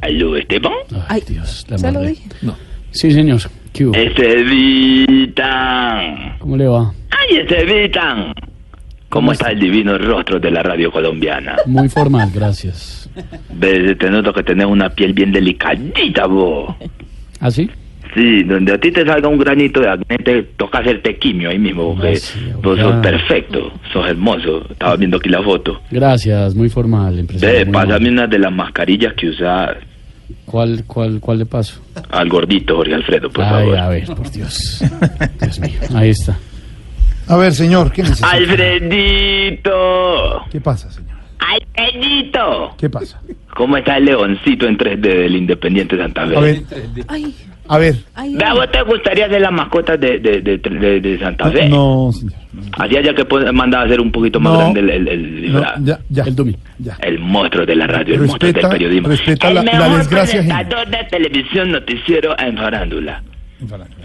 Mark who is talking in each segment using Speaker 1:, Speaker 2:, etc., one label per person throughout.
Speaker 1: ¿Aló, Esteban?
Speaker 2: Ay,
Speaker 3: Ay,
Speaker 2: Dios, la
Speaker 3: se lo
Speaker 2: madre.
Speaker 3: dije.
Speaker 2: No. Sí, señor. ¿Qué hubo?
Speaker 1: Eh. Estevitan.
Speaker 2: ¿Cómo le va?
Speaker 1: Este ¡Ay, Estevitan! ¿Cómo está el divino rostro de la radio colombiana?
Speaker 2: Muy formal, gracias.
Speaker 1: Ves, te noto que tenés una piel bien delicadita, vos.
Speaker 2: ¿Ah, sí?
Speaker 1: Sí, donde a ti te salga un granito de acné, te toca hacerte quimio ahí mismo, porque
Speaker 2: Gracias,
Speaker 1: vos sos
Speaker 2: abogado.
Speaker 1: perfecto, sos hermoso. Estaba viendo aquí la foto.
Speaker 2: Gracias, muy formal, empresario.
Speaker 1: Ve,
Speaker 2: muy
Speaker 1: pásame
Speaker 2: amable.
Speaker 1: una de las mascarillas que usás
Speaker 2: ¿Cuál, cuál, cuál le paso?
Speaker 1: al gordito Jorge Alfredo, por
Speaker 2: Ay,
Speaker 1: favor.
Speaker 2: a ver, por Dios. Dios mío. Ahí está.
Speaker 4: A ver, señor, ¿qué necesita?
Speaker 1: ¡Alfredito!
Speaker 4: ¿Qué pasa, señor?
Speaker 1: ¡Alfredito!
Speaker 4: ¿Qué pasa?
Speaker 1: ¿Cómo está el leoncito en 3D del Independiente Santa Fe?
Speaker 4: A ver,
Speaker 3: Ay,
Speaker 4: a ver.
Speaker 3: ay,
Speaker 1: Ve, ¿A vos te gustaría ser la mascota de, de, de, de- de Santa Fe?
Speaker 4: No, señor. no.
Speaker 1: Así haya que pon- mandaba a ser un poquito más
Speaker 4: No.
Speaker 1: grande el, el, el
Speaker 4: No,
Speaker 1: disfraz.
Speaker 4: ya, ya.
Speaker 2: El dummy.
Speaker 4: Ya.
Speaker 1: El monstruo de la radio, el monstruo del
Speaker 4: Respeta-
Speaker 1: periodismo.
Speaker 4: respeta
Speaker 1: el
Speaker 4: la- la
Speaker 1: mejor
Speaker 4: desgracia ajena.
Speaker 1: presentador de televisión noticiero en farándula.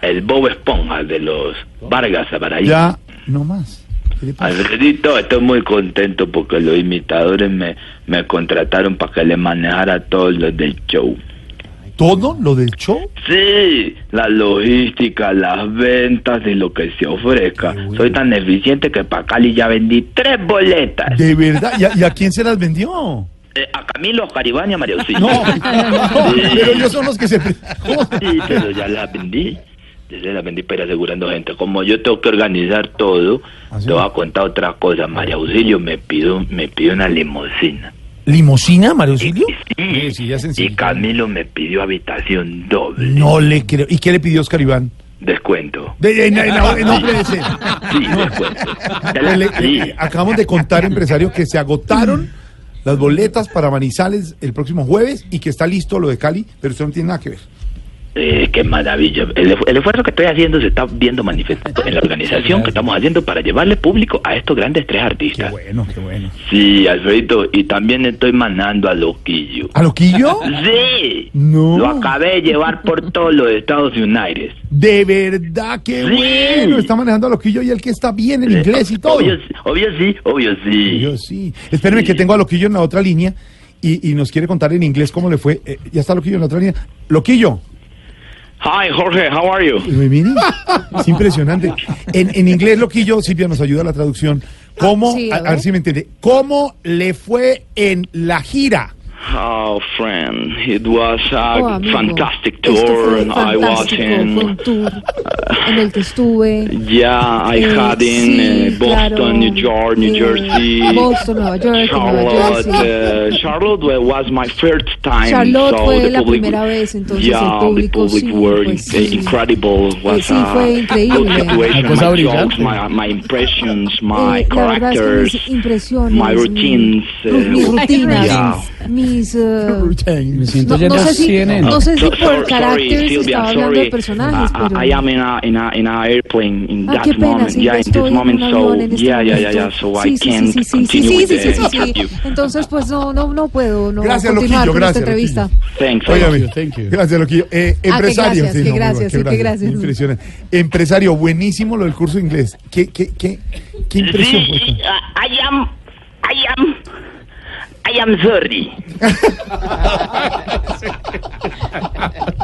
Speaker 1: El Bob Esponja de los Vargas Sabaraí.
Speaker 4: Ya, no más. ¿Qué le pasa?
Speaker 1: Alfredito, estoy muy contento porque los imitadores me, me contrataron para que le manejara a todos los del show.
Speaker 4: ¿Todo lo del show?
Speaker 1: Sí, la logística, las ventas y lo que se ofrezca. Soy tan eficiente que para Cali ya vendí tres boletas.
Speaker 4: ¿De verdad? ¿Y a, y a quién se las vendió?
Speaker 1: Eh, a Camilo, a Caribán y a María Auxilio.
Speaker 4: No, no, pero ellos son los que se... pre-
Speaker 1: Sí, pero ya las vendí. Ya se las vendí para ir asegurando gente. Como yo tengo que organizar todo,
Speaker 4: ¿Ah, sí?
Speaker 1: te voy a contar otra cosa. María Auxilio me pidió, me pidió una limusina.
Speaker 4: ¿Limosina, Mario Silvio?
Speaker 1: Sí,
Speaker 4: sí, ya sencillo.
Speaker 1: y Camilo me pidió habitación doble.
Speaker 4: No le creo. ¿Y qué le pidió Oscar Iván?
Speaker 1: Descuento.
Speaker 4: De, en- en- en nombre de ese.
Speaker 1: Sí, descuento. Ya la-
Speaker 4: Pues le-
Speaker 1: sí.
Speaker 4: le- acabamos de contar, empresario, que se agotaron las boletas para Manizales el próximo jueves y que está listo lo de Cali, pero eso no tiene nada que ver.
Speaker 1: Eh, qué maravilla. El, esfu- el esfuerzo que estoy haciendo se está viendo manifestado en la organización que estamos haciendo para llevarle público a estos grandes tres artistas.
Speaker 4: bueno, qué bueno.
Speaker 1: Sí, Alfredito, y también estoy manando a Loquillo.
Speaker 4: ¿A Loquillo?
Speaker 1: Sí,
Speaker 4: No.
Speaker 1: lo acabé de llevar por todos los Estados Unidos.
Speaker 4: De verdad, qué
Speaker 1: Sí.
Speaker 4: bueno. Está manejando a Loquillo y el que está bien en inglés y todo.
Speaker 1: Obvio, obvio sí, obvio sí.
Speaker 4: Yo sí. Espérame que
Speaker 1: Sí.
Speaker 4: tengo a Loquillo en la otra línea y, y nos quiere contar en inglés cómo le fue. Eh, ya está Loquillo en la otra línea. Loquillo.
Speaker 1: Hi, Jorge, how are you?
Speaker 4: Pues, mire, es impresionante. En, en inglés, Loquillo, Silvia nos ayuda a la traducción. ¿Cómo,
Speaker 3: Sí, a
Speaker 4: a, a
Speaker 3: ver.
Speaker 4: ver si me entiende, cómo le fue en la gira?
Speaker 1: Oh, friend, it was a
Speaker 3: oh, amigo,
Speaker 1: fantastic
Speaker 3: esto
Speaker 1: tour.
Speaker 3: fue
Speaker 1: I was
Speaker 3: fantástico,
Speaker 1: in.
Speaker 3: fue un tour en el que estuve.
Speaker 1: Yeah, I
Speaker 3: Eh,
Speaker 1: had in
Speaker 3: sí,
Speaker 1: eh, Boston,
Speaker 3: claro.
Speaker 1: New York, New
Speaker 3: Eh,
Speaker 1: Jersey.
Speaker 3: Boston, Nueva York, Nueva
Speaker 1: Charlotte,
Speaker 3: Jersey.
Speaker 1: uh, Charlotte uh, was my first time.
Speaker 3: Charlotte
Speaker 1: so
Speaker 3: fue
Speaker 1: the
Speaker 3: la
Speaker 1: public,
Speaker 3: primera vez, entonces,
Speaker 1: yeah,
Speaker 3: el público,
Speaker 1: the public
Speaker 3: sí,
Speaker 1: were
Speaker 3: pues,
Speaker 1: in-
Speaker 3: sí.
Speaker 1: incredible. Was
Speaker 3: sí,
Speaker 1: a
Speaker 3: fue
Speaker 1: good
Speaker 3: increíble.
Speaker 2: Una
Speaker 1: situation.
Speaker 2: cosa
Speaker 1: My
Speaker 2: brillante.
Speaker 1: jokes, my, my impressions, my
Speaker 3: Eh, la verdad es que
Speaker 1: characters,
Speaker 3: mis impresiones,
Speaker 1: my
Speaker 3: mi-
Speaker 1: routines. eh,
Speaker 3: mis rutinas,
Speaker 1: yeah.
Speaker 3: mis... eh,
Speaker 2: Me siento
Speaker 3: no,
Speaker 2: lleno
Speaker 3: no sé
Speaker 2: de
Speaker 3: si,
Speaker 2: CNN.
Speaker 3: no sé si
Speaker 1: So-
Speaker 3: por
Speaker 1: so- sorry,
Speaker 3: carácter se
Speaker 1: Silvia,
Speaker 3: estaba
Speaker 1: I'm
Speaker 3: hablando de
Speaker 1: sorry.
Speaker 3: personajes,
Speaker 1: I-
Speaker 3: pero...
Speaker 1: I, I am in a in a in a airplane in
Speaker 3: Ah,
Speaker 1: that
Speaker 3: qué pena,
Speaker 1: moment.
Speaker 3: sí,
Speaker 1: yeah, in
Speaker 3: ya
Speaker 1: this
Speaker 3: estoy en
Speaker 1: moment.
Speaker 3: un
Speaker 1: So
Speaker 3: avión en este
Speaker 1: yeah, yeah, yeah, yeah.
Speaker 3: momento.
Speaker 1: So
Speaker 3: sí,
Speaker 1: I
Speaker 3: sí,
Speaker 1: can't
Speaker 3: sí, sí, sí,
Speaker 1: continue
Speaker 3: sí,
Speaker 1: with
Speaker 3: sí,
Speaker 1: the
Speaker 3: sí, sí,
Speaker 1: interview.
Speaker 3: sí. Entonces, pues no, no, no puedo no
Speaker 4: Gracias,
Speaker 3: continuar
Speaker 4: Loquillo,
Speaker 3: con
Speaker 4: gracias.
Speaker 3: esta entrevista.
Speaker 4: Loquillo.
Speaker 1: Thanks. a lot.
Speaker 4: Óigame,
Speaker 2: Thank you.
Speaker 4: Gracias, Loquillo. Eh, empresario.
Speaker 3: gracias, que
Speaker 4: muy
Speaker 3: gracias,
Speaker 4: bueno,
Speaker 3: sí, que gracias.
Speaker 4: Impresionante. Empresario, buenísimo lo del curso de inglés. ¿Qué, qué, qué, qué impresión? fue esta?
Speaker 1: ah, I am, I am, I am sorry.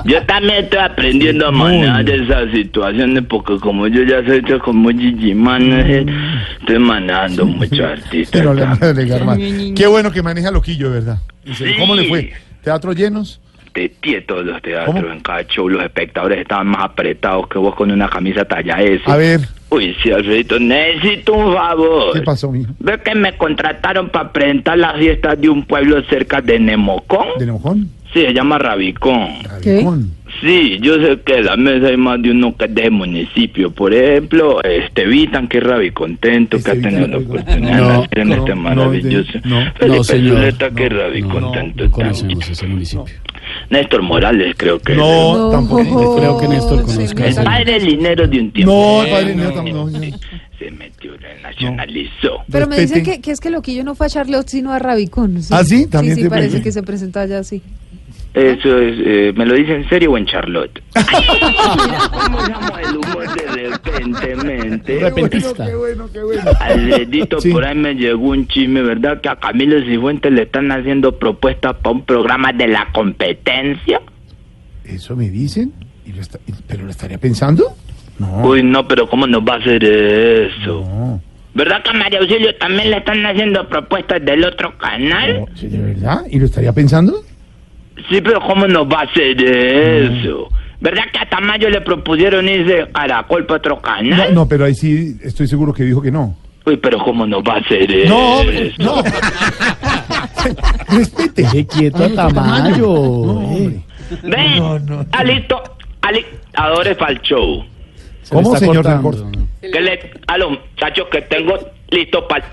Speaker 1: Yo también estoy aprendiendo a manejar esas situaciones porque como yo ya soy hecho como Gigi Manager, eh, estoy manejando muchos artistas.
Speaker 4: Pero le vamos a delegar más. Qué bueno que maneja Loquillo, de verdad. En serio, ¿Cómo
Speaker 1: Sí.
Speaker 4: le fue? ¿Teatros llenos?
Speaker 1: Te todos los teatros,
Speaker 4: ¿Cómo?
Speaker 1: en cada show los espectadores estaban más apretados que vos con una camisa talla S.
Speaker 4: A ver,
Speaker 1: Uy, sí, Alfredito, necesito un favor.
Speaker 4: ¿qué pasó, mijo?
Speaker 1: ¿Ves que me contrataron para presentar las fiestas de un pueblo cerca de Nemocón?
Speaker 4: ¿De Nemojón?
Speaker 1: Sí, se llama Rabicón.
Speaker 3: ¿Qué?
Speaker 4: Rabicón.
Speaker 1: Sí, yo sé que en la mesa hay más de uno que es de municipio. Por ejemplo, este Vitan, que es Rabicontento, que ha
Speaker 4: Estevitan,
Speaker 1: tenido la
Speaker 4: Rabicón.
Speaker 1: oportunidad
Speaker 2: No,
Speaker 1: de hacer en
Speaker 4: no,
Speaker 1: este
Speaker 4: no,
Speaker 1: maravilloso.
Speaker 4: no, no,
Speaker 1: Felipe
Speaker 2: señor,
Speaker 1: Zuleta, que es
Speaker 4: no,
Speaker 1: Rabicontento.
Speaker 2: No
Speaker 1: también.
Speaker 2: conocemos ese municipio.
Speaker 1: Néstor Morales, creo que.
Speaker 4: No, tampoco.
Speaker 2: creo que Néstor conozca
Speaker 1: El
Speaker 2: ese
Speaker 1: padre del dinero de un tiempo.
Speaker 4: No, el padre mío tampoco. no, señor.
Speaker 1: Se metió, le nacionalizó.
Speaker 3: Pero me dicen
Speaker 4: Respeten.
Speaker 3: que, que es que Loquillo no fue a Charlotte, sino a Rabicón.
Speaker 4: ¿Ah, sí? También
Speaker 3: sí,
Speaker 4: te
Speaker 3: sí parece
Speaker 4: parece.
Speaker 3: que se presentó allá, sí.
Speaker 1: Eso es, eh, ¿me lo dice en serio o en Charlotte? ¿Cómo llamo el humor de repentemente?
Speaker 4: Qué bueno,
Speaker 2: Repentista.
Speaker 4: qué bueno, qué bueno.
Speaker 1: Alfredito,
Speaker 4: Sí.
Speaker 1: por ahí me llegó un chisme, ¿verdad? Que a Camilo Cifuentes le están haciendo propuestas para un programa de la competencia.
Speaker 4: Eso me dicen, y lo está- y- pero lo estaría pensando. No.
Speaker 1: Uy, no, pero ¿cómo nos va a hacer eso?
Speaker 4: Ah. no.
Speaker 1: ¿Verdad que a María Auxilio también le están haciendo propuestas del otro canal?
Speaker 4: No, sí, ¿De verdad? ¿Y lo estaría pensando?
Speaker 1: Sí, pero ¿cómo nos va a hacer eso? ¿Verdad que a Tamayo le propusieron irse a Caracol para otro
Speaker 4: No,
Speaker 1: canal?
Speaker 4: no, pero ahí sí estoy seguro que dijo que no.
Speaker 1: Uy, pero ¿cómo nos va a hacer Eh, eso?
Speaker 4: No, hombre, no. Respete.
Speaker 2: Qué quieto a Tamayo.
Speaker 4: No,
Speaker 2: eh.
Speaker 4: hombre.
Speaker 1: Ven, Alito, Ali, adores para el show.
Speaker 2: Se le
Speaker 4: ¿Cómo,
Speaker 2: está
Speaker 4: señor del
Speaker 2: cortando,
Speaker 4: corte?
Speaker 2: ¿no?
Speaker 1: Que le, a los muchachos que tengo listo para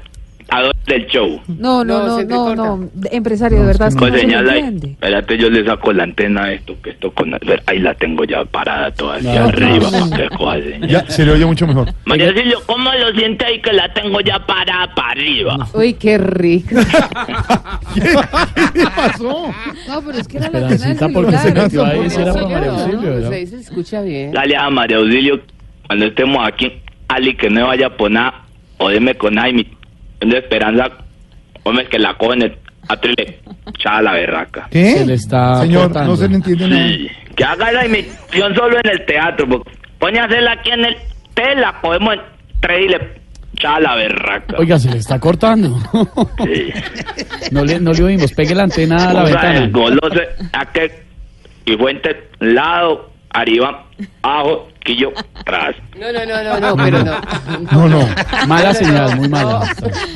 Speaker 1: adores del show.
Speaker 3: No, no,
Speaker 5: No,
Speaker 3: no,
Speaker 5: se
Speaker 3: no,
Speaker 5: entrecorta.
Speaker 3: no, de- empresario, de verdad, es que
Speaker 1: Pues
Speaker 3: no se le
Speaker 1: señala, ahí.
Speaker 3: entiende.
Speaker 1: espérate, yo le saco la antena a esto, que esto con... ver, ahí la tengo ya parada toda hacia
Speaker 2: No,
Speaker 1: arriba,
Speaker 2: no.
Speaker 1: para que coja señal.
Speaker 4: Ya, se le oye mucho mejor.
Speaker 1: María Auxilio, ¿cómo lo siente ahí que la tengo ya parada para arriba?
Speaker 5: Uy, qué rico.
Speaker 4: ¿Qué, ¿Qué le pasó?
Speaker 3: No, pero es que era la antena del
Speaker 2: Esperancita, porque se
Speaker 3: celular,
Speaker 2: metió ahí,
Speaker 3: por
Speaker 2: ese era para
Speaker 3: favor.
Speaker 2: María Auxilio,
Speaker 5: Pues
Speaker 2: ¿verdad?
Speaker 5: ahí se escucha
Speaker 2: ¿Eh?
Speaker 5: bien.
Speaker 1: Dale a María Auxilio, cuando estemos aquí, Ali, que no vaya a poner, odeme con Jaime, una esperanza, hombre, que la cogen el atrile, chava la berraca.
Speaker 4: ¿Qué?
Speaker 2: Se le está
Speaker 4: Señor,
Speaker 2: cortando.
Speaker 4: no se le entiende nada.
Speaker 1: Sí, que haga la emisión solo en el teatro, porque pone a hacerla aquí en el tela, podemos en tres y le chava la berraca.
Speaker 2: Oiga, se le está cortando.
Speaker 1: Sí.
Speaker 2: No le, no le oímos. Pegue la antena a la
Speaker 1: O sea,
Speaker 2: ventana.
Speaker 1: el goloso aquel y fuente lado, arriba, abajo, quillo, tras.
Speaker 5: No, no, no, no, no, pero no.
Speaker 4: No, no.
Speaker 2: Mala señal, muy mala.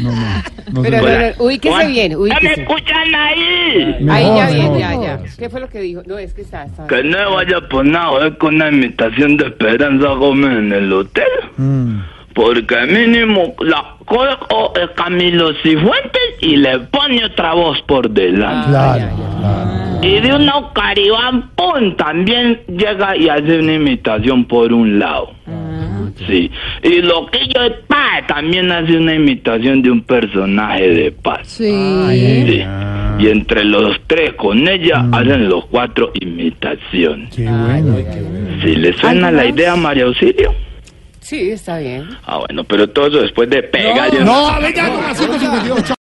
Speaker 4: No, no. no
Speaker 5: Pero
Speaker 4: se-
Speaker 5: no, no, ubíquese
Speaker 1: Juan,
Speaker 5: bien,
Speaker 1: ¿Ya me
Speaker 5: ubíquese.
Speaker 1: escuchan ahí?
Speaker 5: Ahí
Speaker 4: Mejor,
Speaker 5: ya bien,
Speaker 4: mejor.
Speaker 5: ya, ya. ¿Qué fue lo que dijo? No, es que está, está.
Speaker 1: Que no me vaya a poner a joder con la imitación de Esperanza Gómez en el hotel.
Speaker 4: Mm.
Speaker 1: Porque mínimo la coge o el Camilo Cifuentes y le pone otra voz por delante.
Speaker 4: Claro,
Speaker 5: ya,
Speaker 4: claro.
Speaker 1: Y de una caribán, pum, también llega y hace una imitación por un lado.
Speaker 5: Ah,
Speaker 1: Sí. Y lo que yo es paz también hace una imitación de un personaje de paz.
Speaker 3: Sí.
Speaker 1: Sí. Y entre los tres con ella hacen los cuatro imitaciones.
Speaker 4: Qué bueno.
Speaker 1: Si le suena la idea a María Auxilio.
Speaker 5: Sí, está bien.
Speaker 1: Ah, bueno, pero todo eso después de pegar. yo-
Speaker 4: No, venga, con las 5.58.